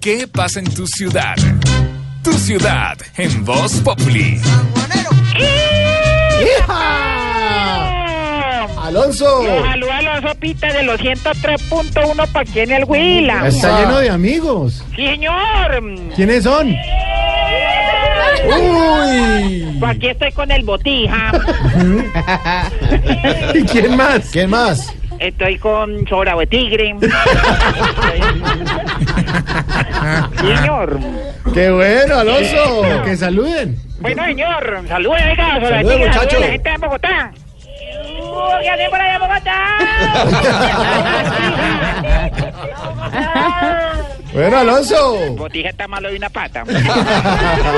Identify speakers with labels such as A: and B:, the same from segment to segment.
A: ¿Qué pasa en tu ciudad? Tu ciudad en Voz Populi.
B: ¡Hija! Alonso.
C: Saludos a los sopitas de los 103.1 para quien el Huila.
B: Está lleno de amigos.
C: Sí, señor.
B: ¿Quiénes son? Uy.
C: Pues aquí estoy con el botija.
B: ¿Y quién más? ¿Quién más?
C: Estoy con Sobrado de Tigre. Estoy- señor.
B: Qué bueno, Alonso. Que saluden.
C: Bueno, señor. Saludos, oiga, Sobrado de
B: Saludos,
C: Tigre. Saludos a
B: muchacho.
C: la gente de Bogotá. ¿Qué hacen por allá en Bogotá?
B: Bueno, Alonso.
C: Botija está malo de una pata.
B: Está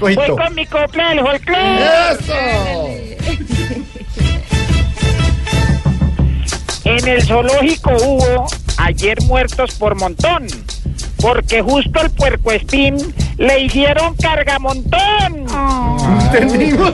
C: Voy
B: cojito.
C: con mi copla del folclore.
B: ¡Eso!
C: En el zoológico hubo ayer muertos por montón, porque justo el puercoespín le hicieron cargamontón.
B: Entendimos.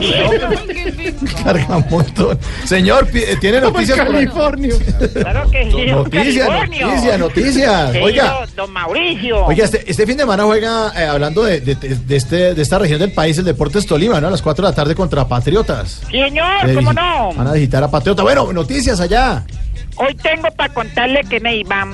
B: Carga un montón. Señor, pi- eh, tiene noticias por California.
C: Claro que sí, don
B: Noticias,
C: Californio.
B: noticias, noticias.
C: Sí,
B: Oiga.
C: don- don Mauricio.
B: Oiga, este, este fin de semana juega, eh, hablando de, de- de este, de esta región del país, el Deportes Tolima, ¿no? A las 4 de la tarde contra Patriotas.
C: Sí, señor, ¿cómo
B: Eh, Van
C: no?
B: a visitar a Patriota. Bueno, noticias allá.
C: Hoy tengo para contarle que Neiva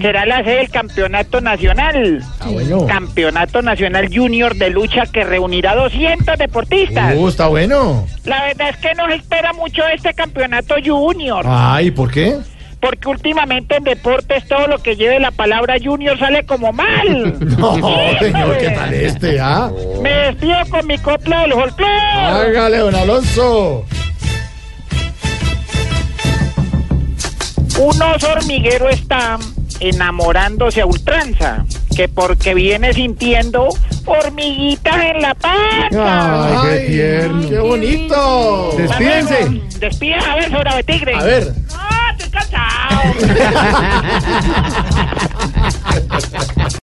C: será la sede del campeonato nacional.
B: Ah, bueno.
C: Campeonato Nacional Junior de Lucha que reunirá 200 deportistas.
B: Uh, está bueno.
C: La verdad es que nos espera mucho este campeonato junior.
B: Ay, ¿por qué?
C: Porque últimamente en deportes todo lo que lleve la palabra junior sale como mal.
B: No,
C: Sí,
B: señor, ¿qué
C: hombre.
B: tal este, ah?
C: Me despido con mi copla del folclore.
B: Hágale, don Alonso.
C: Un oso hormiguero está enamorándose a ultranza. Que porque viene sintiendo hormiguitas en la panza.
B: Ay, qué tierno. Qué bonito.
C: Manuel, Despídese, a ver, sobre tigre.
B: A ver.
C: No, estoy cansado.